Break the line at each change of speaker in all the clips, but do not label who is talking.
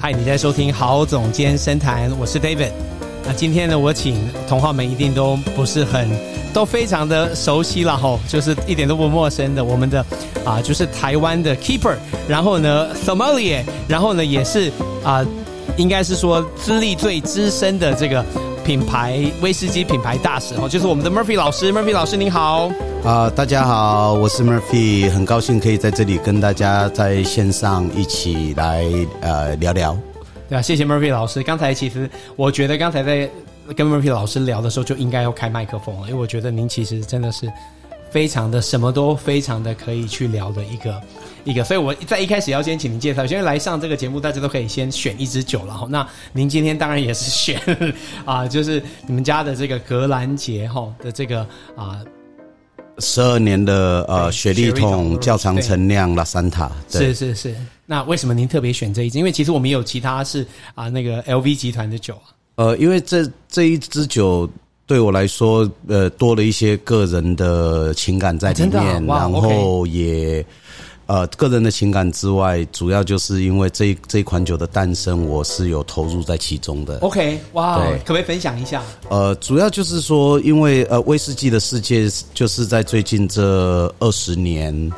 嗨，你在收听《郝总监深谈》，我是 David。那今天呢，我请同好们一定都不是很，都非常的熟悉了吼，就是一点都不陌生的。我们的啊，就是台湾的 Keeper，然后呢 Somalia，然后呢也是啊，应该是说资历最资深的这个品牌威士忌品牌大使哦，就是我们的 Murphy 老师。Murphy 老师您好。
啊、大家好，我是 Murphy，很高兴可以在这里跟大家在线上一起来呃聊聊。
对啊，谢谢 Murphy 老师。刚才其实我觉得刚才在跟 Murphy 老师聊的时候就应该要开麦克风了，因为我觉得您其实真的是非常的什么都非常的可以去聊的一个一个。所以我在一开始要先请您介绍，因为来上这个节目大家都可以先选一支酒了哈。那您今天当然也是选 啊，就是你们家的这个格兰杰哈的这个啊
十二年的呃雪
雪
利
莉桶
桶窖藏陈酿拉山塔，
是
对
是是。那为什么您特别选这一支？因为其实我们也有其他是啊那个 LV 集团的酒啊。
呃，因为这这一支酒对我来说，呃，多了一些个人的情感在里
真的啊
面，
哇
然后也。呃，个人的情感之外，主要就是因为这一这一款酒的诞生，我是有投入在其中的。
OK，哇，
对
可不可以分享一下？
呃，主要就是说，因为呃，威士忌的世界就是在最近这呃二十年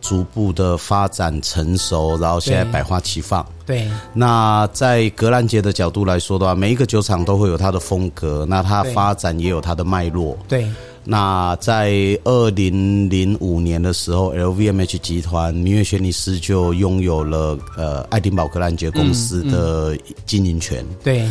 逐步的发展成熟，然后现在
对
百花齐放。
对，
那在格兰杰的角度来说的话，每一个酒厂都会有它的风格，那它
对
发展也有它的脉络。
对，
那在二零零五年的时候，LVMH 集团明月轩尼诗就拥有了呃爱丁堡格兰杰公司的经营权。
对，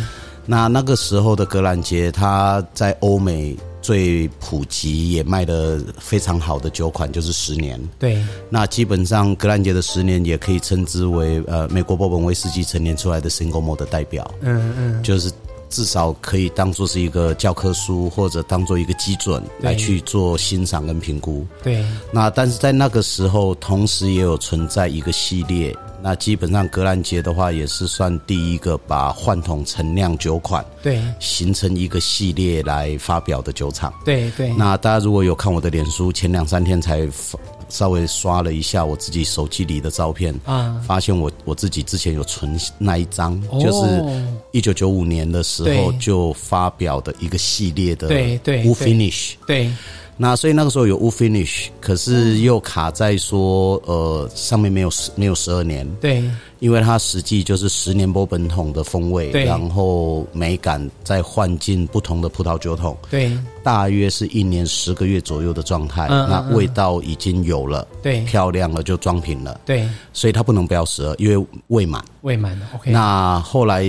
那那个时候的格兰杰，它在欧美最普及也卖的非常好的酒款就是十年。
对，
那基本上格兰杰的十年也可以称之为呃美国波本威士忌陈年出来的 single malt 的代表，
嗯嗯，
就是至少可以当做是一个教科书或者当做一个基准来
对
去做欣赏跟评估。
对，
那但是在那个时候，同时也有存在一个系列。那基本上格兰杰的话，也是算第一个把换桶陈酿酒款
对，
形成一个系列来发表的酒厂。
对，对，
那大家如果有看我的脸书，前两三天才发稍微刷了一下我自己手机里的照片，
啊，
发现我我自己之前有存那一张，
哦
就是一九九五年的时候
对
就发表的一个系列的
对对
Wu
对
Finish。
对，
那所以那个时候有 Wu Finish，可是又卡在说呃上面没有十没有十二年，
对，
因为它实际就是十年波本桶的风味，
对
然后美感再换进不同的葡萄酒桶，
对，
大约是一年十个月左右的状态。
嗯嗯
那味道已经有了，
对
漂亮了就装瓶了，
对，
所以它不能标十二，因为未满。
未满的 OK，
那后来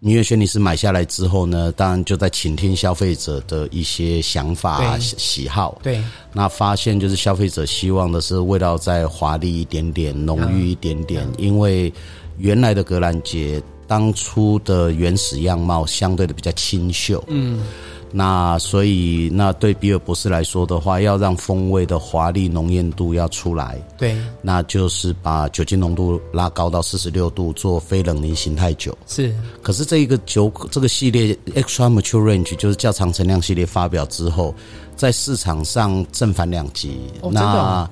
明月轩尼诗买下来之后呢，当然就在倾听消费者的一些想法
对
喜喜好。
对，
那发现就是消费者希望的是味道再华丽一点点、浓郁一点点，因为原来的格兰杰当初的原始样貌相对的比较清秀，嗯，那所以那对比尔博士来说的话，要让风味的华丽浓艳度要出来，
对，
那就是把酒精浓度拉高到四十六度做非冷凝形态酒。
是，
可是这一个酒这个系列 Extra Mature Range 就是较长陈酿系列发表之后，在市场上正反两极。
哦真的
那
哦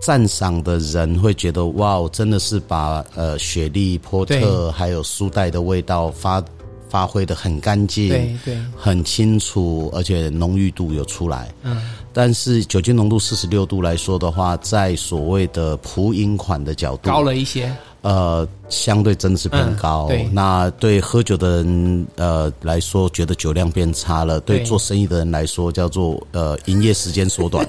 赞赏的人会觉得哇，我真的是把呃雪莉、波特
对
还有苏带的味道发发挥的很干净
对，对，
很清楚，而且浓郁度有出来。
嗯，
但是酒精浓度四十六度来说的话，在所谓的普饮款的角度，
高了一些，
呃，相对真的是变高。
嗯对
那对喝酒的人呃来说，觉得酒量变差了；对
对
做生意的人来说，叫做呃营业时间 缩短。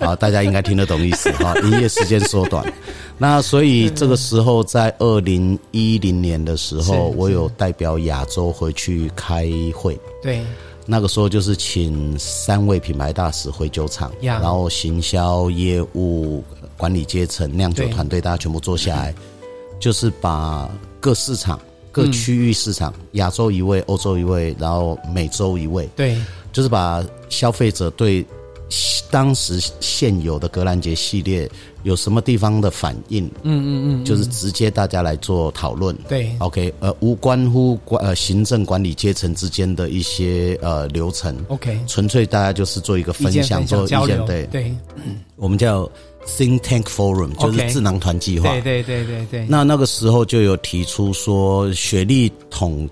啊，大家应该听得懂意思哈、营业时间缩 短。那所以这个时候，在二零一零年的时候，
是
我有代表亚洲回去开会。
对，
那个时候就是请三位品牌大使回酒厂
呀
然后行销、业务、管理阶层、酿酒
对
团队，大家全部坐下 来，就是把各市场、各区域市场，亚、洲一位、欧洲一位，然后美洲一位，
对，
就是把消费者对当时现有的格兰杰系列有什么地方的反应，
嗯嗯嗯，
就是直接大家来做讨论。
对，
OK，呃，无关乎管呃行政管理阶层之间的一些呃流程，
OK，
纯粹大家就是做一个
意
分
见
享，
分享
做意
交
见
流，
对，
对，
我们叫 Think Tank Forum，就
OK
是智囊团计划。
对对对对对，
那那个时候就有提出说，雪莉桶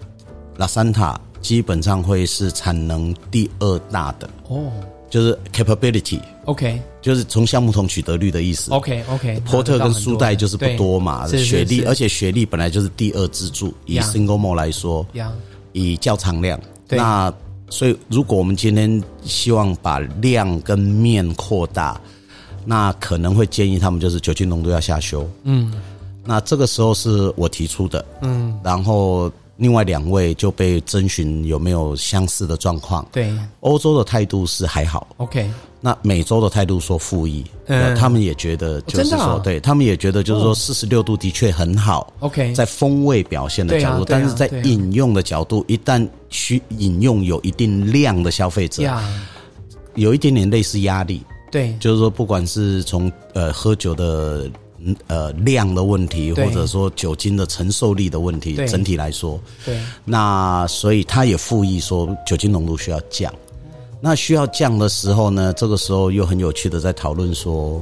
拉山塔基本上会是产能第二大的，
哦
就是 capability，
，OK
就是从橡木桶取得率的意思。
OK OK，
波特跟苏代就是不多嘛，
是是
雪莉，
是
而且雪莉本来就是第二支柱，以
呀
single m o 来说，
呀，
以较长量。
对
那所以如果我们今天希望把量跟面扩大，那可能会建议他们就是酒精浓度要下修。嗯，那这个时候是我提出的。嗯，然后另外两位就被征询有没有相似的状况。
对
欧洲的态度是还好，
，OK
那美洲的态度说负一，
嗯
他们也觉得就是
真的
说，
啊哦
对他们也觉得就是说四十六度的确很好。
OK，
在风味表现的角度，
对啊对啊
但是在
对啊
饮用的角度，一旦需饮用有一定量的消费者
呀，
有一点点类似压力，
对
就是说，不管是从呃喝酒的嗯呃量的问题，
对
或者说酒精的承受力的问题
对，
整体来说，
对
那所以他也附议说酒精浓度需要降。那需要降的时候呢，这个时候又很有趣的在讨论说，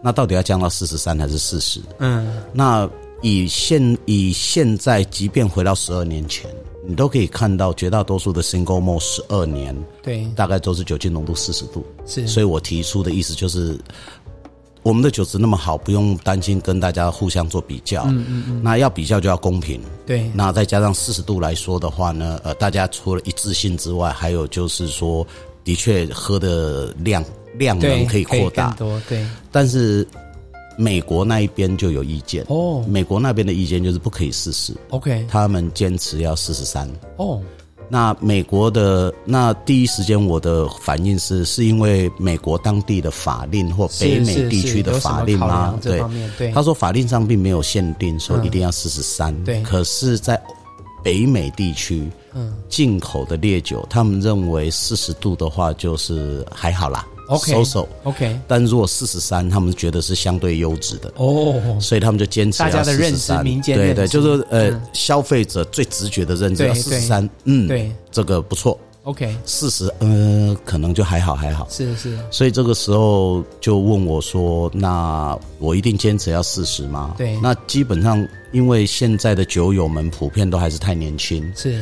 那到底要降到四十三还是四十？
嗯
那以现以现在，即便回到十二年前，你都可以看到绝大多数的 single malt 十二年
对
大概都是酒精浓度四十度。
是，
所以我提出的意思就是，我们的酒质那么好，不用担心跟大家互相做比较。嗯嗯嗯那要比较就要公平。
对
那再加上四十度来说的话呢，呃，大家除了一致性之外，还有就是说，的确喝的量量
对
能可以扩
更
大，
多对
但是美国那一边就有意见。
哦
美国那边的意见就是不可以四十，
OK
他们坚持要四十三。
哦
那美国的那第一时间我的反应是，是因为美国当地的法令或北
是
美
是
地
是
区的
有什
法
么
令
考
啊
量，这
对
方，面对嗯
他说法令上并没有限定说一定要四十三，
对
可是，在北美地区，
嗯
进口的烈酒，他们认为四十度的话就是还好啦
OK
收手。
OK
但如果四十三，他们觉得是相对优质的，
哦
所以他们就坚持
大家的
要
认知
43
民间
对
认
对，
知嗯
就是呃，消费者最直觉的认知
对
要
对
四十三，嗯，
对
这个不错，
OK
四十，呃，可能就还好还好。
是是
所以这个时候就问我说：“那我一定坚持要四十吗？”
对
那基本上因为现在的酒友们普遍都还是太年轻，
是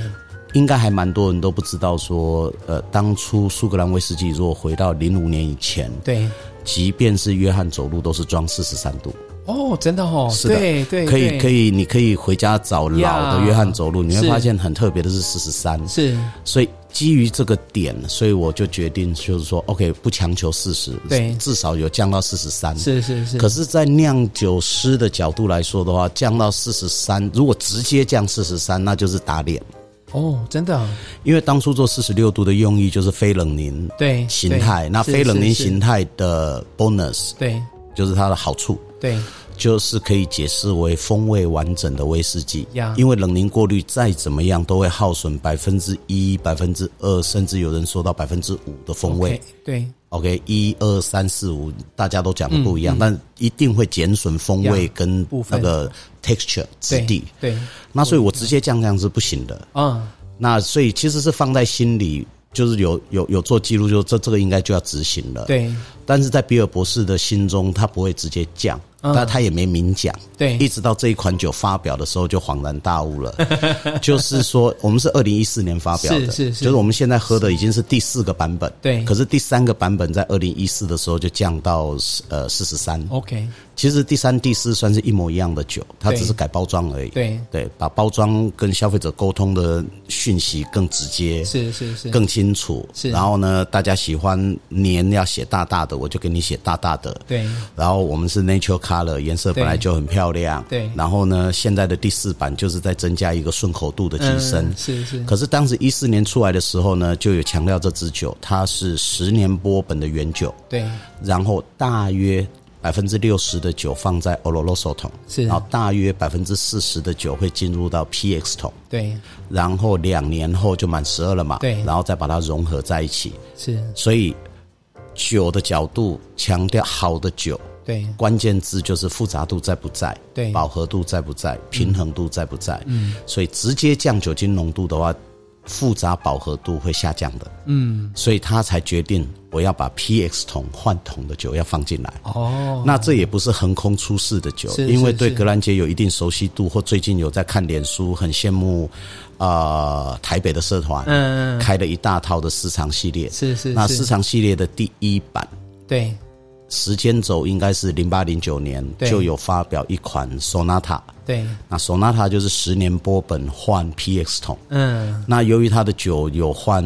应该还蛮多人都不知道说，呃，当初苏格兰威士忌如果回到零五年以前，
对
即便是约翰走路都是装四十三度。
哦真的哦
是的
对对
可以可
以
以，你可以回家找老
呀
的约翰走路，你
是
会发现很特别的是四十三。
是
所以基于这个点，所以我就决定就是说，OK，不强求四十，
对
至少有降到四十三。
是是是
可是，在酿酒师的角度来说的话，降到四十三，如果直接降四十三，那就是打脸。
哦真的
因为当初做四十六度的用意就是非冷凝
对
形态，
对
那
是
非冷凝
是是
形态的 bonus
对
就是它的好处。
对
就是可以解释为风味完整的威士忌
呀
因为冷凝过滤再怎么样都会耗损百分之一、百分之二，甚至有人说到百分之五的风味
OK，。对
OK，一二三四五，大家都讲的不一样，但一定会减损风味
呀
跟
部分
那个 texture 质
对
地。
对
那所以我直接降降是不行的。
嗯
那所以其实是放在心里，就是有有有做记录，就这这个应该就要执行了。，
对
但是在比尔博士的心中，他不会直接降，但他也没明讲。
嗯对
一直到这一款酒发表的时候，就恍然大悟 了。就是说，我们是二零一四年发表的，
是是是
就是我们现在喝的已经是第四个版本，
对
可是第三个版本在二零一四的时候就降到呃四十三。
OK
其实第三、第四算是一模一样的酒，它
哦对
只是改包装而已。
对
对，把包装跟消费者沟通的讯息更直接。
是是是
更清楚，
是
然后呢，大家喜欢年要写大大的，我就给你写大大的。
对
然后我们是 natural color，颜色本来就很漂亮。
对
然后呢，现在的第四版就是在增加一个顺口度的提升。
嗯是是
可是当时一四年出来的时候呢，就有强调这支酒它是十年波本的原酒，
对
然后大约百分之六十的酒放在 Oloroso 桶，
是
然后大约百分之四十的酒会进入到 PX 桶，
对
然后两年后就满十二了嘛，
对
然后再把它融合在一起。
是
所以酒的角度强调好的酒，
对
关键字就是复杂度在不在，
对嗯
饱和度在不在，平衡度在不在。嗯，所以直接降酒精浓度的话，复杂饱和度会下降的，嗯，所以他才决定我要把 PX 桶换桶的酒要放进来。
哦，
那这也不是横空出世的酒，
是
因为
是
对
是
格兰杰有一定熟悉度，或最近有在看脸书，很羡慕，呃，台北的社团、
嗯，
开了一大套的私藏系列。
是是
那私
是，
藏系列的第一版，
对，
时间轴应该是零八零九年
对
就有发表一款 Sonata，
对，
那 Sonata 就是十年波本换 PX 桶。
嗯，
那由于它的酒有换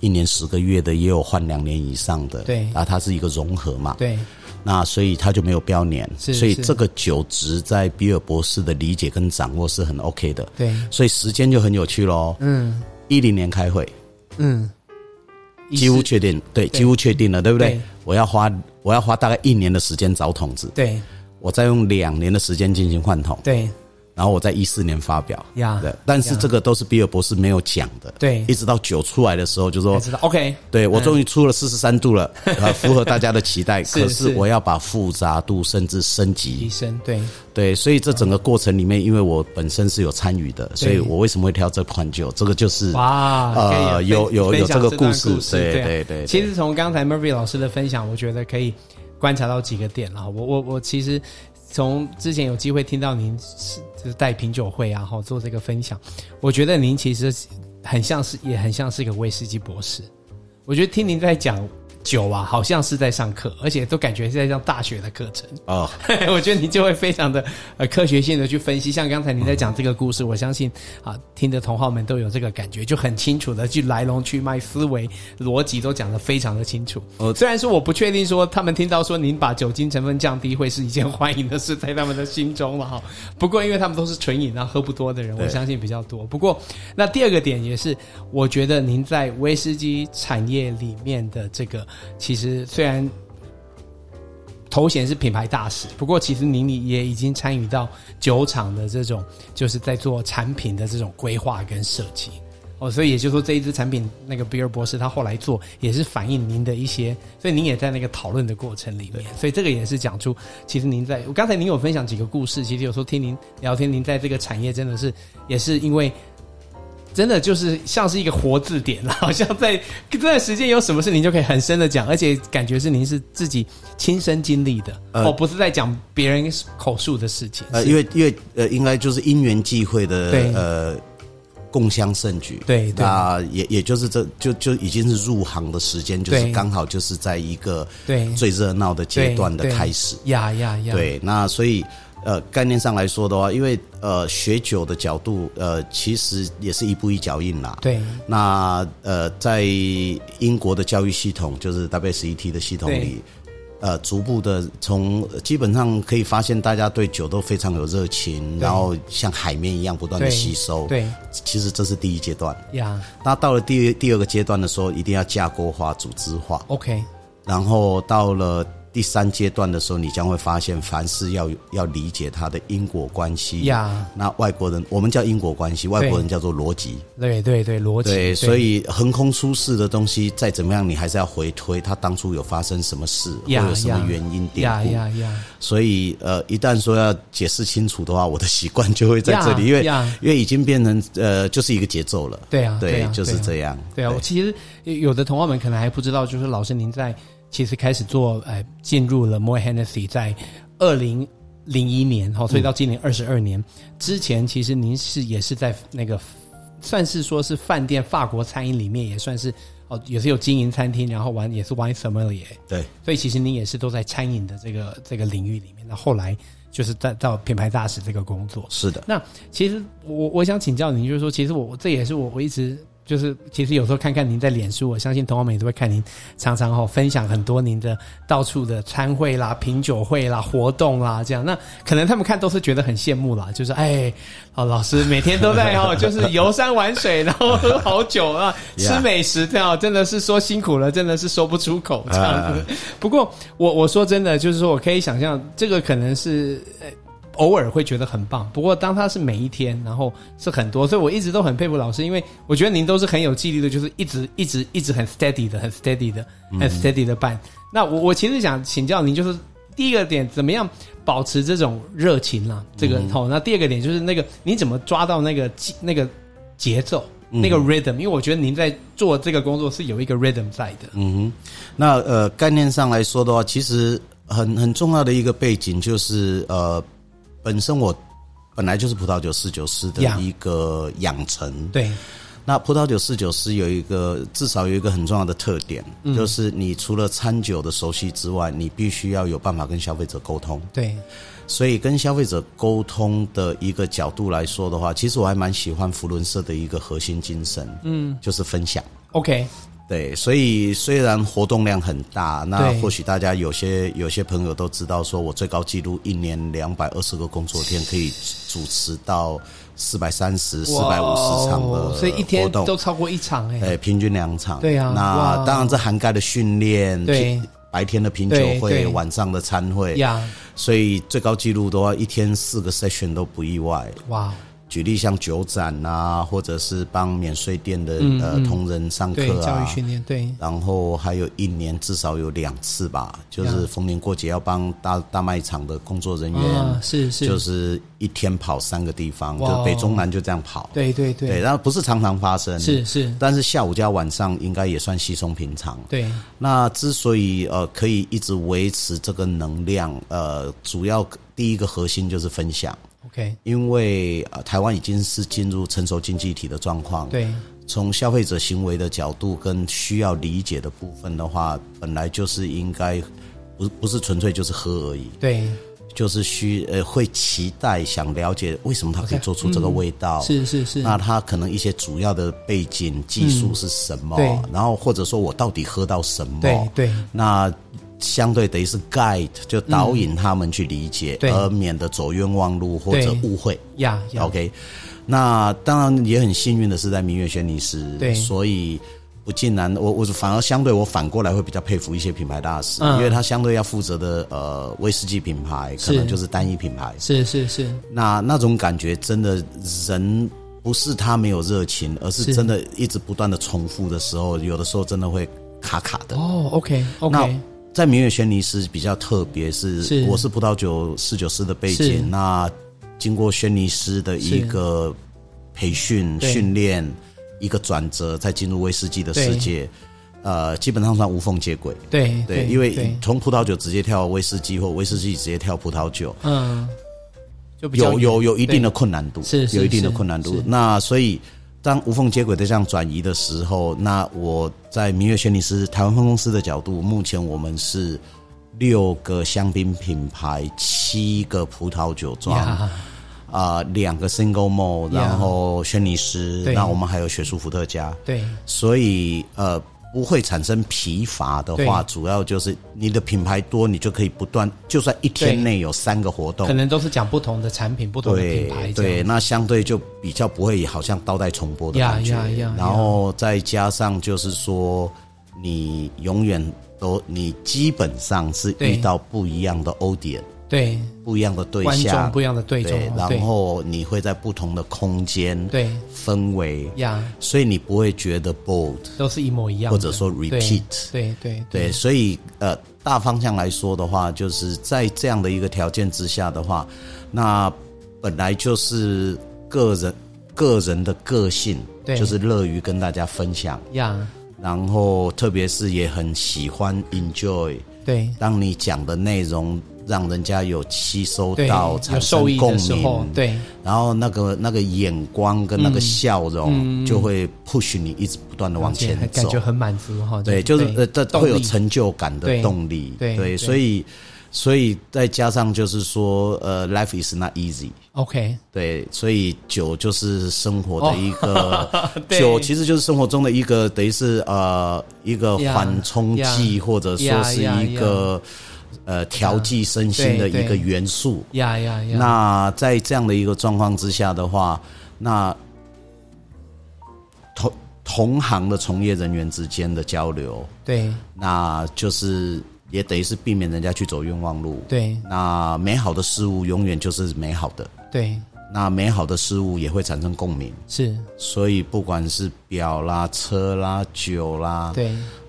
一年十个月的，也有换两年以上的，
对
啊，它是一个融合嘛，
对，
那所以它就没有标年，
是
所以
是
这个酒值在比尔博士的理解跟掌握是很 OK 的，
对，
所以时间就很有趣喽。
嗯
一零年开会，
嗯，
几乎确定，对，
对
几乎确定了，对不对？
对
我要花我要花大概一年的时间找桶子，
对
我再用两年的时间进行换桶，
对
然后我在一四年发表。
呀，
对，但是这个都是比尔博士没有讲的，
对哎
一直到酒出来的时候就说
我，知道，OK，
对我终于出了四十三度了，呃，符合大家的期待。
是
可是
是
我要把复杂度甚至升
医
级，
生，对，
对，所以这整个过程里面，因为我本身是有参与的，所以我为什么会挑这款酒？这个就是
哇，可以
呃
分
有有
分享
有这个
段
故事对
对啊
对对
其实从刚才 Murphy 老师的分享，我觉得可以观察到几个点啊。我我我其实从之前有机会听到您是就是带品酒会啊，哈，做这个分享，我觉得您其实很像是也很像是一个威士忌博士。我觉得听您在讲酒啊，好像是在上课，而且都感觉是在上大学的课程。
哦，
我觉得你就会非常的呃科学性的去分析。像刚才你在讲这个故事，我相信啊，听的同好们都有这个感觉，就很清楚的去来龙去脉、思维逻辑都讲得非常的清楚。
哦
虽然说我不确定说他们听到说您把酒精成分降低会是一件欢迎的事，在他们的心中了哈。不过因为他们都是纯饮啊，喝不多的人，
对
我相信比较多。不过那第二个点也是，我觉得您在威士忌产业里面的这个，其实虽然头衔是品牌大使，不过其实您也已经参与到酒厂的这种，就是在做产品的这种规划跟设计。哦，所以也就是说，这一支产品，那个比尔博士他后来做也是反映您的一些，所以您也在那个讨论的过程里面，所以这个也是讲出，其实您在我刚才您有分享几个故事，其实有时候听您聊天，您在这个产业真的是也是因为真的就是像是一个活字典，好像在这段时间有什么事，您就可以很深的讲，而且感觉是您是自己亲身经历的，
呃
哦，不是在讲别人口述的事情，
呃，
是
因为因为呃，应该就是因缘际会的
对
呃。共襄盛举，
对对
那也也就是这就就已经是入行的时间，就是
对
刚好就是在一个
对
最热闹的阶
对
段的
对
开始。
呀呀呀，
对，那所以呃，概念上来说的话，因为呃，学酒的角度，呃，其实也是一步一脚印啦。。
对
那呃，在英国的教育系统，就是 WSET 的系统里，呃，逐步的从呃基本上可以发现，大家对酒都非常有热情，然后像海绵一样不断的
对
吸收。，
对
其实这是第一阶段。
呀
那到了第二第二个阶段的时候，一定要架构化、组织化。
，OK，
然后到了第三阶段的时候，你将会发现，凡事要有要理解它的因果关系。
呀
那外国人我们叫因果关系，外国人叫做逻辑。
对对对，逻辑，
对，所以横空出世的东西，再怎么样，你还是要回推它当初有发生什么事，或
呀
有什么
呀
原因典
呀
故。
呀呀，
所以呃，一旦说要解释清楚的话，我的习惯就会在这里，
呀
因为
呀
因为已经变成呃，就是一个节奏了。
对啊，
对
啊，，
就是
对啊
这样。
对啊，我其实有的同行们可能还不知道，就是老师您在其实开始做，哎，进入了 More Hennessy 在二零零一年哈，
嗯
所以到今年二十二年、之前，其实您是也是在那个算是说是饭店法国餐饮里面也算是哦，也是有经营餐厅，然后玩也是 wine sommelier，
对。
所以其实您也是都在餐饮的这个这个领域里面。那后来就是在到品牌大使这个工作，
是的，
那其实我我想请教您，就是说，其实我我这也是我我一直就是，其实有时候看看您在脸书，我啊相信同行们也都会看您常常哦分享很多您的到处的餐会啦、品酒会啦、活动啦这样。那可能他们看都是觉得很羡慕啦，就是哎，哦老师每天都在 哦，就是游山玩水，然后喝好酒啊，
Yeah
吃美食这样，真的是说辛苦了，真的是说不出口这样子。不过我我说真的，就是说我可以想象，这个可能是呃偶尔会觉得很棒，不过当他是每一天，然后是很多，所以我一直都很佩服老师，因为我觉得您都是很有纪律的，就是一直一直一直很 steady 的，很 steady 的，很 steady 的办。那我我其实想请教您，就是第一个点，怎么样保持这种啊热情啦、这个好、那第二个点就是那个你怎么抓到那个节那个节奏？那个 rhythm，因为我觉得您在做这个工作是有一个 rhythm 在的。
嗯哼，那呃，概念上来说的话，其实很很重要的一个背景就是呃，本身我本来就是葡萄酒侍酒师的
Yeah
一个养成。
对，
那葡萄酒侍酒师有一个至少有一个很重要的特点，
嗯
就是你除了餐酒的熟悉之外，你必须要有办法跟消费者沟通。
对，
所以跟消费者沟通的一个角度来说的话，其实我还蛮喜欢福伦社的一个核心精神，嗯，就是分享。
OK，
对，所以虽然活动量很大，那
对
或许大家有些有些朋友都知道，说我最高纪录一年两百二十个工作天，可以主持到四百三十、四百五十场
哇
的
哦所以一天
活动
都超过一场哎、
呃，平均两场。
对啊哇
那当然这涵盖了训练，
对
平，白天的品酒
对对
会，晚上的餐会，
呀，
所以最高纪录的话，一天四个 session 都不意外。
哇，
举例像酒展啊，或者是帮免税店的、呃同仁上
嗯对，
课
教育
啊，
训练，对，
然后还有一年至少有两次吧，就是逢年过节要帮大大卖场的工作人员，
啊，是是，
就是一天跑三个地方，
哇哦
就北中南就这样跑。
对对对，
对，然后不是常常发生，
是是，
但是下午加晚上应该也算稀松平常。
对，
那之所以呃可以一直维持这个能量，呃，主要第一个核心就是分享，
OK，
因为呃台湾已经是进入成熟经济体的状况，
对，
从消费者行为的角度跟需要理解的部分的话，本来就是应该不不是纯粹就是喝而已，
对，
就是需呃会期待想了解为什么它可以
OK，嗯
做出这个味道，
是是是，
那它可能一些主要的背景技术是什么，
对
然后或者说我到底喝到什么，
对对
那相对等于是 guide 就导引他们去理解，
嗯对
而免得走冤枉路或者
对
误会。
呀呀
OK，那当然也很幸运的是，在明月轩尼诗，
对
所以不尽然，我我反而相对我反过来会比较佩服一些品牌大师，
嗯
因为他相对要负责的呃威士忌品牌可
是
能就是单一品牌，
是是是，
那那种感觉真的人不是他没有热情，而
是
是真的一直不断的重复的时候，有的时候真的会卡卡的。
哦，OK
那
OK，
在明月轩尼诗比较特别，是
是
我是葡萄酒侍酒师的背
是
景，那经过轩尼诗的一个培训
对
训练，一个转折，再进入威士忌的世界，呃，基本上算无缝接轨。
对
对，因为
对
从葡萄酒直接跳威士忌，或威士忌直接跳葡萄酒，
嗯，就比较
有
远
有有一定的困难度，
是是
有一定的
是
困难
是
度。那所以当无缝接轨的这样转移的时候，那我在明月轩尼诗台湾分公司的角度，目前我们是六个香槟品牌，七个葡萄酒庄。
呀
啊，两、个 single malt，
呀
然后轩尼诗
对，
那我们还有雪树伏特加，
对
所以呃不会产生疲乏的话，主要就是你的品牌多，你就可以不断，就算一
对
天内有三个活动
可，能都是讲不同的产品、不同的品牌
对
这
对，
样。
那相对就比较不会好像倒带重播的
呀
感觉
呀呀
然后再加上就是说，你永远都你基本上是
对
遇到不一样的欧点，
对
不一样的对
观众
象，
不一样的对
对
众，，
然后你会在不同的空间
对
氛围，
呀，
所以你不会觉得 bold，
都是一模一样的，
或者说
对
repeat
对对
对，所以呃，大方向来说的话，就是在这样的一个条件之下的话，那本来就是个人个人的个性，
对
就是乐于跟大家分享，
呀，
然后特别是也很喜欢 enjoy，
对
当你讲的内容让人家有吸收
对，
到
有
产
受
生
益
共
的时候，
鸣，
对嗯
然后那个那个眼光跟那个笑容就会 push 你一直不断的往前
而且还嗯
走，
感觉很满足哈。
对，就是呃，这
嗯动
会有
力
成就感的
对
动力，
对对
所以所以再加上就是说，呃，life is not easy，
OK
对，所以酒就是生活的一个、
哦 对
酒，其实就是生活中的一个，等于是呃一个
Yeah，
缓冲剂
yeah，
或者说是
yeah，yeah，
一个呃调剂身心的
对
一个
对
元素。
呀呀呀，
那在这样的一个状况之下的话，那同同行的从业人员之间的交流，
对
那就是也等于是避免人家去走冤枉路。，
对
那美好的事物永远就是美好的，
对
那美好的事物也会产生共鸣，
是，
所以不管是表啦、车啦、酒啦，
对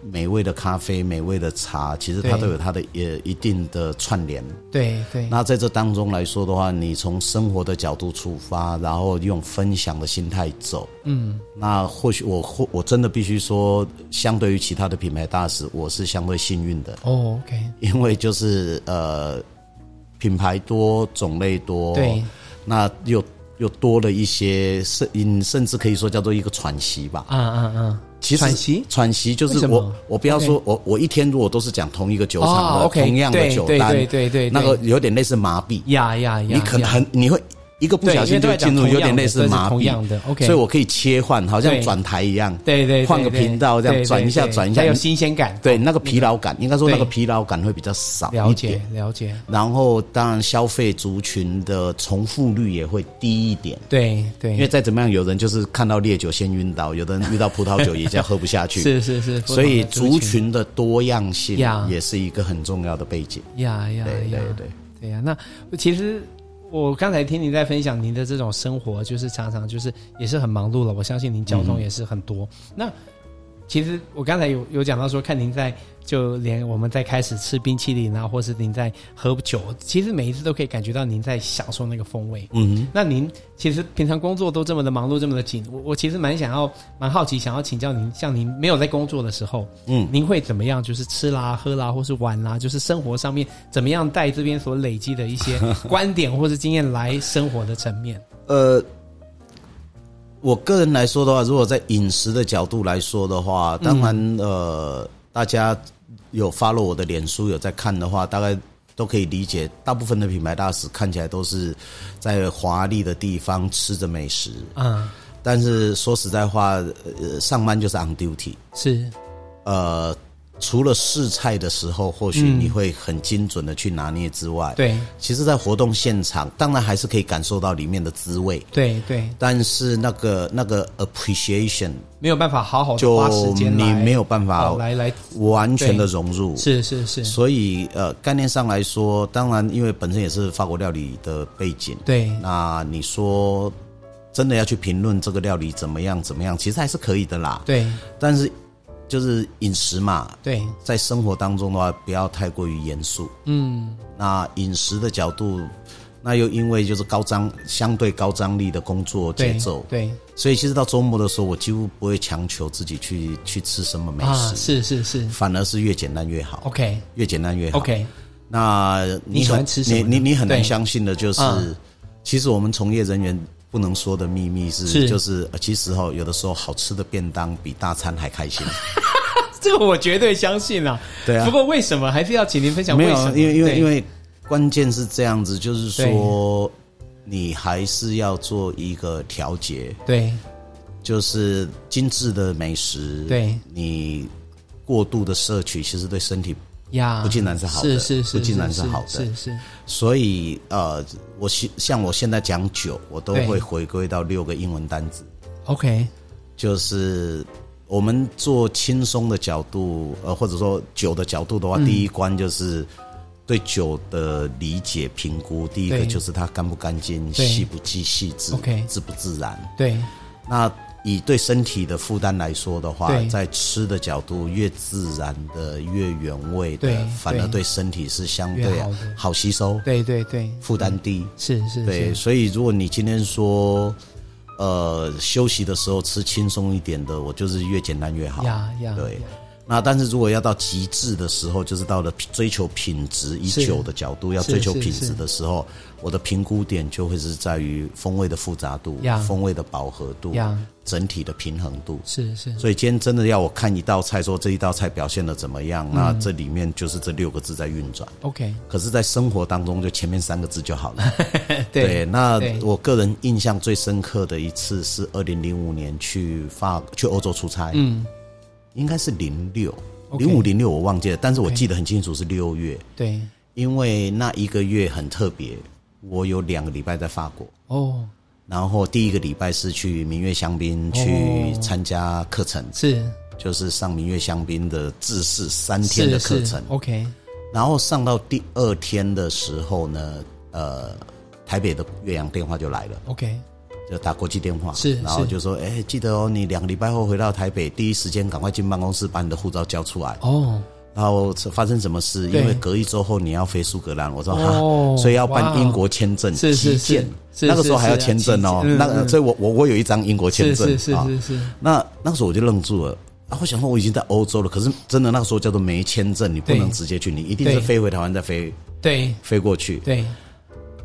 美味的咖啡、美味的茶，其实它
对
都有它的呃一定的串联。
对对，
那在这当中来说的话，你从生活的角度出发，然后用分享的心态走，嗯，那或许我或我真的必须说，相对于其他的品牌大使，我是相对幸运的，
哦，OK，
因为就是呃，品牌多，种类多，
对，
那又又多了一些甚嗯甚至可以说叫做一个喘息吧。
啊啊啊，
其实
喘息
喘息就
为
是
什么
我，我不要说我我一天如果都是讲同一个酒厂
哦
的
，OK，
同样的
对
酒
对
单，
对对对对
那个有点类似麻痹。
呀呀呀，
你可能
呀
很你会一个不
对
小
因
心
为都
就
在讲
进入
同
有
样
点
的
类
都
似
是
麻
同样
痹
的，OK
所以我可以切换，好像
对
转台一样，
对对，对
换个
对
频道这
对
样
对
转一下
对
转一下
才，有新鲜感，
对那个疲劳感，应该说
对
那个疲劳感会比较少
了
一
解
点。
了解，
然后当然消费族群的重复率也会低一点。
对对，
因为再怎么样，有人就是看到烈酒先晕倒，有的人遇到葡萄酒也这样喝不下去，
是是是，
所以
不同的
族群的多样性
呀
也是一个很重要的背景。
呀呀
对
呀
对，对。
对呀、那其实我刚才听您在分享您的这种生活，就是常常就是也是很忙碌了。我相信您交通也是很多。那其实我刚才有有讲到说，看您在就连我们在开始吃冰淇淋啊，或是您在喝酒，其实每一次都可以感觉到您在享受那个风味。
嗯，
那您其实平常工作都这么的忙碌，这么的紧，我我其实蛮想要蛮好奇，想要请教您，像您没有在工作的时候，
嗯，
您会怎么样？就是吃啦、喝啦，或是玩啦，就是生活上面怎么样带这边所累积的一些观点或是经验来生活的层 面？
呃，我个人来说的话，如果在饮食的角度来说的话，当然、呃，大家有 follow 我的脸书有在看的话，大概。都可以理解，大部分的品牌大使看起来都是在华丽的地方吃着美食，嗯
啊、
但是说实在话，呃，上班就是 on duty，
是
呃，除了试菜的时候，或许你会很精准的去拿捏之外，，
对
其实，在活动现场，当然还是可以感受到里面的滋味，
对对，
但是那个那个 appreciation
没有办法好好的花时
就
间
你
来
没有办法
好来来，
完全的融入，
是是是，
所以呃概念上来说，当然因为本身也是法国料理的背景，
对
那你说真的要去评论这个料理怎么样怎么样，其实还是可以的啦，
对
但是就是饮食嘛，
对
在生活当中的话，不要太过于严肃。嗯，那饮食的角度，那又因为就是高张相对高张力的工作节
对
奏，
对
所以其实到周末的时候，我几乎不会强求自己去去吃什么美
啊，
食，
是是是
反而是越简单越好，
，OK
越简单越好。
OK，
那
你喜
很
欢吃什么呢
你你你很
对
难相信的就是
嗯，
其实我们从业人员。不能说的秘密是，
是
就是呃其实哈、有的时候好吃的便当比大餐还 开心。
这个我绝对相信啦。
对啊
不过为什么还是要请您分享为
没
什
有
么？，
因为因为
对
因为关键是这样子，就是说你还是要做一个调节，
对
就是精致的美食，
对
你过度的摄取，其实对身体，
呀，
不尽然是好的
是是是，
不尽然
是
是好的
是是
所以呃，我现像我现在讲酒，我都
对
会回归到六个英文单字，
OK，
就是。我们做轻松的角度，呃，或者说酒的角度的话，
嗯
第一关就是对酒的理解评估。第一个
对
就是它干不干净，
对
细不细细致
OK
自不自然。
对
那以对身体的负担来说的话
对，
在吃的角度，越自然的、越原味
对
的，反而
对
对身体是相
越
对
好的
好吸收，
对对对，
负担低。
是是
对，
是，
所以如果你今天说，呃，休息的时候吃轻松一点的，我就是越简单越好。
呀呀，
对
呀，
那但是如果要到极致的时候，就是到了追求品质以
是
酒的角度，要
是
追求
是
品
是
质的时候，我的评估点就会是在于风味的复杂度
呀、
风味的饱和度
呀、
整体的平衡度。
是是
所以今天真的要我看一道菜，说这一道菜表现的怎么样，那
嗯
这里面就是这六个字在运转。
OK，
可是，在生活当中，就前面三个字就好了。
对
那
对
我个人印象最深刻的一次是二零零五年去法去欧洲出差，嗯，应该是零六
OK
零五零六我忘记了，但是我记得很清楚是六月，
对
因为那一个月很特别，我有两个礼拜在法国，
哦，
然后第一个礼拜是去明月香槟去
哦
参加课程，
是
就是上明月香槟的制式三天
是
的课
是
程，
OK，
然后上到第二天的时候呢，呃，台北的岳阳电话就来了。
OK，
就打国际电话，
是
然后
是
就说，哎、记得哦，你两个礼拜后回到台北，第一时间赶快进办公室把你的护照交出来。
哦，
然后发生什么事？
对
因为隔一周后你要飞苏格兰，我说哈
哦，
所以要
哇
办英国签证，
是是
急
是
件
是
那个时候
是
还要
是
签证哦
急件嗯，
那个
嗯
所以我我我有一张英国签
是
证
是是
啊
是是，
那那个时候我就愣住了。啊，我想说我已经在欧洲了，可是真的那个时候叫做没签证，你不
对
能直接去，你一定是
对
飞回台湾再飞
对
飞过去。
对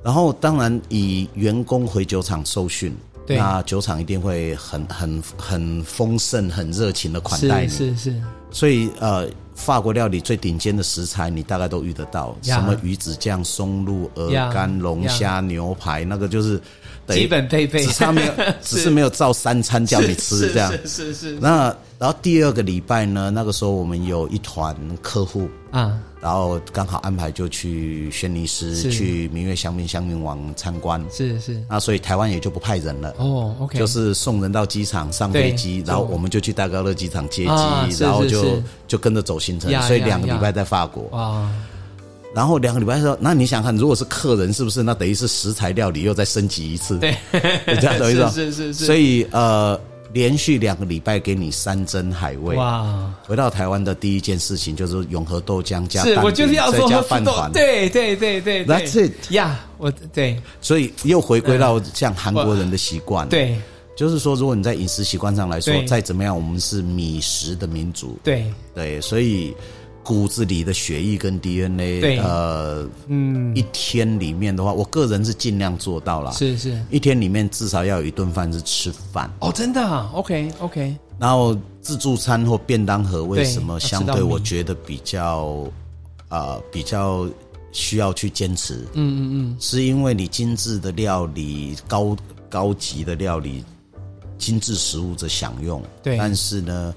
然后当然以员工回酒厂受训，
对
那酒厂一定会很很很丰盛、很热情的款待
是
你。
是是，
所以呃，法国料理最顶尖的食材你大概都遇得到，
呀
什么鱼子酱、松露、鹅肝、
呀
龙虾、牛排，那个就是等于
基本配备
只是 他没有，只是没有照三餐叫你吃这样。
是是是是
那然后第二个礼拜呢，那个时候我们有一团客户，
啊，
然后刚好安排就去轩尼
是
诗、去明月香槟香槟王参观，
是是
那所以台湾也就不派人了。
哦，OK，
就是送人到机场上
对
飞机，然后
就
我们就去戴高乐机场接机，
啊是
然后
是
就是就跟着走行程
呀
所以
呀
两个
呀
礼拜在法国，
哇，
然后两个礼拜之后，那你想看，如果是客人，是不是那等于是食材料理又再升级一次？
对，
这样懂意思吗？
是是是，
所
以
以呃，连续两个礼拜给你山珍海味。
哇。
回到台湾的第一件事情就是永和豆浆加
是
蛋
我就是
饼
要
再
说
加
不
饭
懂
团，
对对对对对
That's it
呀我对
所以又回归到像韩国人的习惯。
对
就是说，如果你在饮食习惯上来说
对，
再怎么样，我们是米食的民族，
对，
对，所以骨子里的血液跟
对
DNA，呃，嗯，一天里面的话，我个人是尽量做到啦，
是是
一天里面至少要有一顿饭是吃饭，
哦，真的啊，OK OK，
然后自助餐或便当盒为什么
对
相
要吃
对
到米
我觉得比较呃比较需要去坚持？嗯嗯嗯，是因为你精致的料理、高高级的料理、精致食物的享用，
对
但是呢。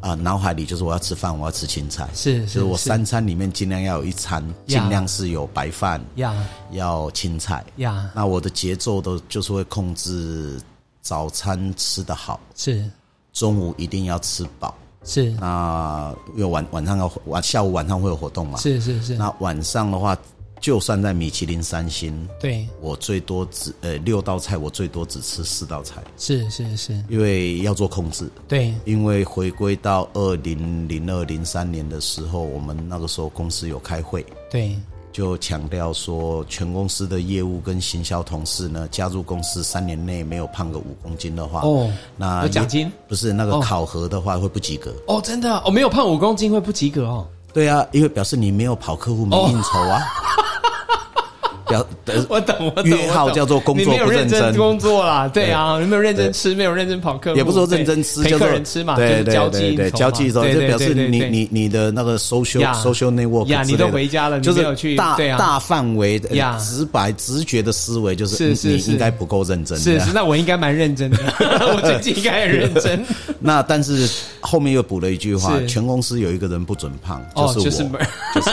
啊、脑海里就是我要吃饭，我要吃青菜，
是
就是是我
是
三餐里面尽量要有一餐，
呀
尽量是有白饭，
呀
要青菜。
呀
那我的节奏都就是会控制早餐吃得好，
是
中午一定要吃饱。
是
那因为晚晚上要晚下午晚上会有活动嘛，
是是是，
那晚上的话，就算在米其林三星，
对
我最多只呃六道菜，我最多只吃四道菜，
是是是，
因为要做控制。
对
因为回归到二零零二零三年的时候，我们那个时候公司有开会，
对
就强调说，全公司的业务跟行销同事呢，加入公司三年内没有胖个五公斤的话，
哦
那
有奖
也
金
不是那个
哦
考核的话会不及格。
哦，真的啊哦，没有胖五公斤会不及格哦，
对啊，因为表示你没有跑客户，没应酬啊。表呃
我懂我懂，
约号
我懂
叫做工作
你没有
不认
认真
真
工作啦，对啊，你没有认真吃，没有认真跑客户，
也不是说
对
认真吃，
陪
叫
客
做
人吃嘛，
对
就是
对
交际
对
应
对，
酬
交
嘛
际
对
就
对
表示
对
你
对
你你的那个 social
呀
social network
呀
之
你
类
都
的
回家了你
就
没有去
是大
对啊
大范围的
呀
直白直觉的思维，就是
是
你
是
你
是
应该不够认真，
是是，那我应该蛮认真 的，我最近应该很认真。
那但是后面又补了一句话
是：
全公司有一个人不准胖，
哦，
就
就是是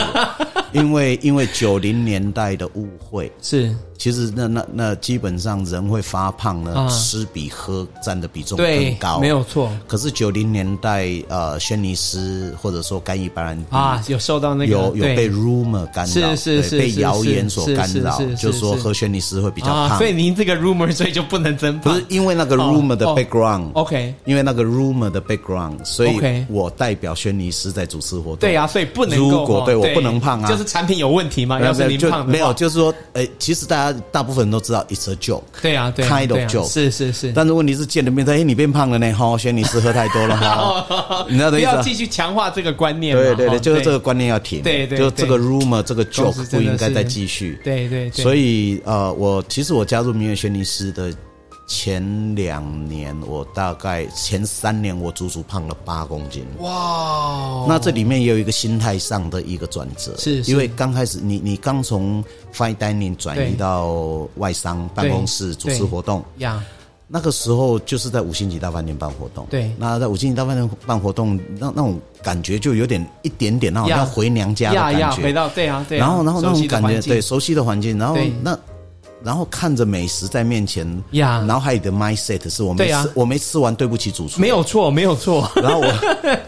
我，因为因为九零年代的误会，
是，
其实那那那基本上人会发胖呢，
啊
吃比喝占的比重
对
更，高，
没有。错
可是九零年代呃，轩尼诗或者说干邑白兰地
啊，有受到那个
有有
对
被 rumor 干
是
扰，
是
对
是
被
是
谣言所
是
干
是
扰
是是，
就是说
是
喝轩尼诗会比较
啊，
胖
所，以您这个 rumor 所以就不能增
不
胖
是因为那个 rumor 的
哦
background。
，OK，
因为那个 rumor 的 background，所以
OK
我代表轩尼诗在主持活动。
对啊，所以不能够
如果对我不能胖啊
就是产品有问题嘛，
没有，
要是您
就
胖的
没有，
话，
就是说，哎，其实大家大部分人都知道 it's a joke，
对啊，对啊
kind of
对啊
joke
是是是，
但是问题是见了面说，哎，你变胖了呢， 哈，轩尼诗喝太多 了哈，你知道
不
的意思
要
吗？
继续强化这个观念嘛，
对对对，
哦
就是这个，观念要停，
对对
就
对
这个 rumor 这个
公司
joke
真
不
的
应该再
是
继续。
对对对，
所
以
以呃，我其实我加入明月轩尼诗的前两年，我大概前三年我足足胖了八公斤。
哦哇，
那这里面也有一个心态上的一个转折，
是是
因为刚开始你你刚从 fine dining 转
对
移到外商办公室主
对
持活动，
呀，
那个时候就是在五星级大饭店办活动，
对
那在五星级大饭店办活动，那那种感觉就有点一点点那种
呀
要回娘家的
呀
感
呀，
觉，
回到对啊对啊，
然后然后那
熟
种
悉的
感
环
觉，
境
对熟悉的环境，然后
对
那然后看着美食在面前，
呀
脑海里的 mindset 是我没
对
吃，
啊
我没吃完，对不起主厨。
没有错，没有错，
然后我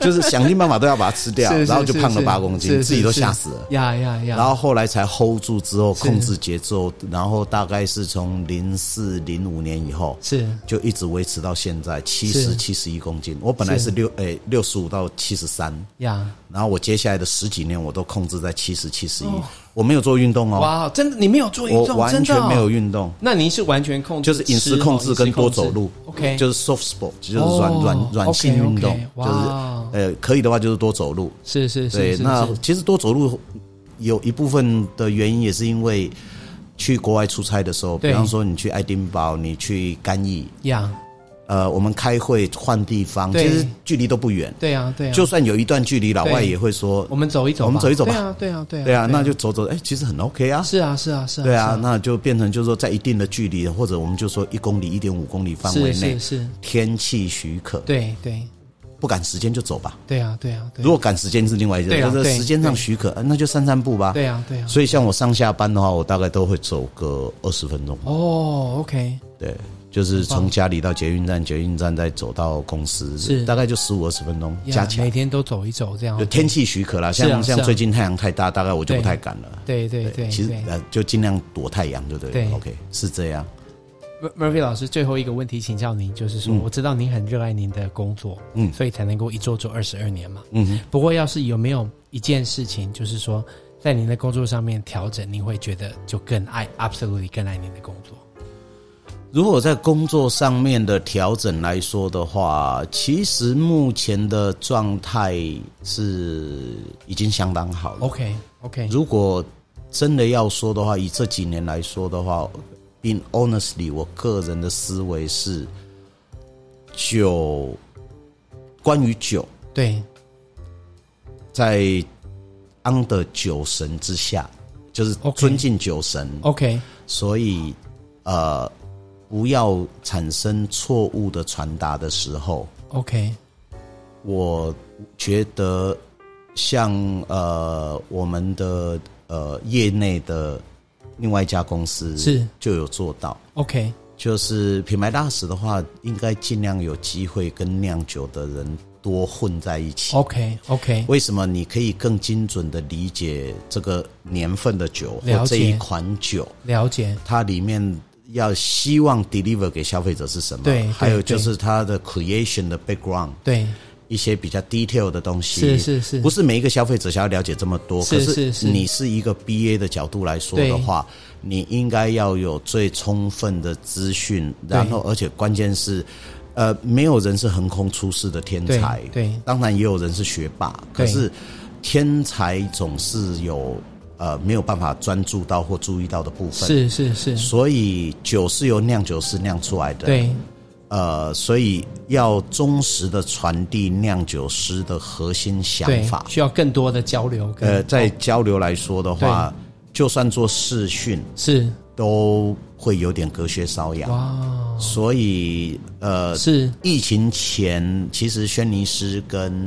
就是想尽办法都要把它吃掉，
是是
啊然后就胖了
是
八公斤，
是
自己都
是
吓死了。
呀呀呀！
然后后来才 hold 住，之后控制节奏，然后大概是从零四零五年以后，
是
就一直维持到现在七
是
十七十一公斤。我本来
是
是六诶六十五到七十三，
呀，
然后我接下来的十几年我都控制在七十七十一，我没有做运动哦，
哦哇，真的你没有做运
我
动，
完
真的
全
哦
没有。运动。
那您是哦完全控制
就是
吃，
饮食控制跟多走路
，OK，哦
就是是 soft sport，就是软软软性
OK，OK，
运动，就
哇
是呃可以的话就是多走路，
是是
对
是，，
那
是
其实多走路有一部分的原因也是因为去国外出差的时候，
对
比方说你去爱丁堡，你去干邑，
呀，
呃，我们开会换地方，
对
其实距离都不远，
对啊对啊，
就算有一段距离，老外
对
也会说
我，们走一走吧，
我们走一走吧
对啊对啊对啊，
对啊，那就走走，哎，其实很 OK 啊。
是啊是啊是啊，
对啊，那就变成就是说，在一定的距离，或者我们就说一公里、一点五公里范
是
围
啊，
内
是是，是，
天气许可，
对对
不赶时间就走吧。
对啊对啊对啊，
如果赶时间是另外一件
对
事，
啊
但是
对
时间上
对
许可，啊那就散散步吧。
对啊对啊，
所以像我上下班的话，我大概都会走个二十分钟。
哦，OK，
对，就是从家里到捷运站，捷运站再走到公司，
是
大概就十五二十分钟
呀
加起来。
每天都走一走这样
就，天气许可啦，
是啊
像
是啊
像最近太阳太大，大概我就不太敢了。
对对对，
其实
对
呃，就尽量躲太阳，对不对
对
？OK，是这样。
Murphy 老师，最后一个问题请教您，就是
嗯
说，我知道您很热爱您的工作，嗯，所以才能够一做做二十二年嘛，嗯。不过，要是有没有一件事情，就是说，在您的工作上面调整，您会觉得就更爱，absolutely 更爱您的工作，
如果在工作上面的调整来说的话，其实目前的状态是已经相当好了。
？OK OK，
如果真的要说的话，以这几年来说的话，being honestly，我个人的思维是酒，关于酒，
对
在 under 酒神之下，就是
OK
尊敬酒神
，OK
所以呃，不要产生错误的传达的时候，
OK，
我觉得像呃我们的呃业内的另外一家公司
是
就有做到，
OK
就是品牌大使的话，应该尽量有机会跟酿酒的人多混在一起。
OK OK，
为什么你可以更精准的理解这个年份的酒
了
或
解
这一款酒？
了解，
它里面要希望 deliver 给消费者是什么？
对对
还有就是它的 creation 的 background，
对，
一些比较 detail 的东西。
是是是
不是每一个消费者想要了解这么多？
是是
可
是
是你是一个 BA 的角度来说
对
的话，你应该要有最充分的资讯，
对
然后而且关键是。呃，没有人是横空出世的天才，
对对
当然也有人是学霸，
对
可是天才总是有呃没有办法专注到或注意到的部分，
是是是，
所以酒是由酿酒师酿出来的，，
对
呃，所以要忠实的传递酿酒师的核心想
对
法，。
需要更多的交流跟，
呃，在交流来说的话，就算做视讯
是
都会有点隔靴搔痒。
哇
所以，呃，
是
疫情前其实轩尼诗跟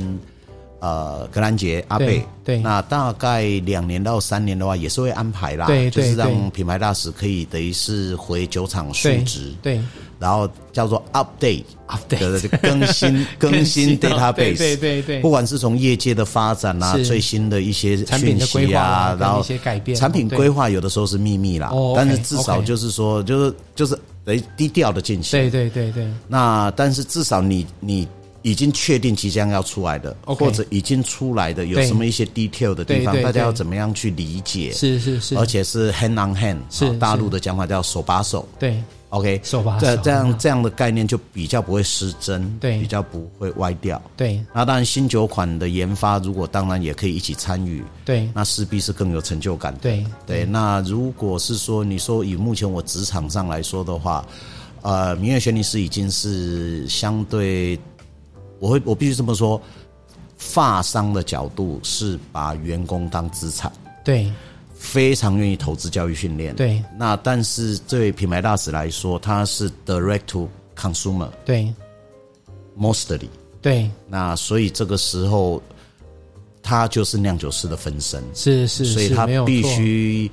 呃格兰杰阿贝
对对
那大概两年到三年的话，也是会安排啦，
对
就是
对对
让品牌大使可以等于是回酒厂述
对
职，
对
然后叫做 update
Update
的这个更 新更新
到
database，
对对对对
不管是从业界的发展啊，
是
最新的一些
产品
讯
的规
息
划啊
啊，
跟
然后
一些改变
产品
对
规划有的时候是秘密啦
哦，
但是
OK，
至少
OK
就是说，就是就是等于低调的进行。
对对对对，
那但是至少你你已经确定即将要出来的，
OK
或者已经出来的有
对
什么一些 detail 的
对
地方
对，
大家要
对
怎么样去理解？
是是是，
而且是 hand on hand，
是
啊大
是
陆的讲法叫手把手。
对
OK，
手把
这
手
这样这样的概念就比较不会失真，
对
比较不会歪掉。
对
那当然，新酒款的研发，如果当然也可以一起参与，
对
那势必是更有成就感的。
对
对，那如果是说你说以目前我职场上来说的话，呃，明月轩尼诗已经是相对，我会我必须这么说，发商的角度是把员工当资产。
对
非常愿意投资教育训练。
对，
那但是对品牌大使来说，它是 direct to consumer
对
mostly。
对，
那所以这个时候，它就是酿酒师的分身，
是是，
所以
是
它
没有
必
错
须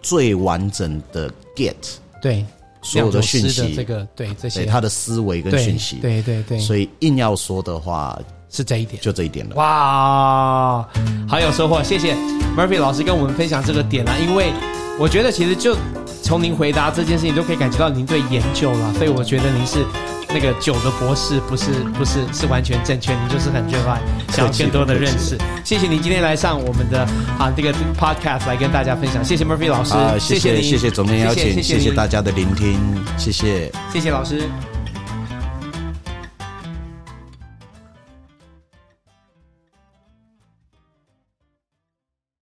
最完整的 get
对，
所有的讯
酿酒师的
息
这个对这些
对他的思维跟
对
讯息。
对对对，
所以硬要说的话，
是这一点。
就这一点了。
哇，好有收获，谢谢 Murphy 老师跟我们分享这个点啊，因为我觉得其实就从您回答这件事情，就可以感觉到您对研究了，所以我觉得您是那个酒的博士，不是不是是完全正确，您就是很热爱，想要更多的认 识。谢谢您今天来上我们的啊这个 podcast 来跟大家分享，谢谢 Murphy 老师，
啊，谢
谢您，
谢谢谢总监邀请，
谢
谢谢
谢
大
家，
家的聆听，谢谢。
谢谢老师。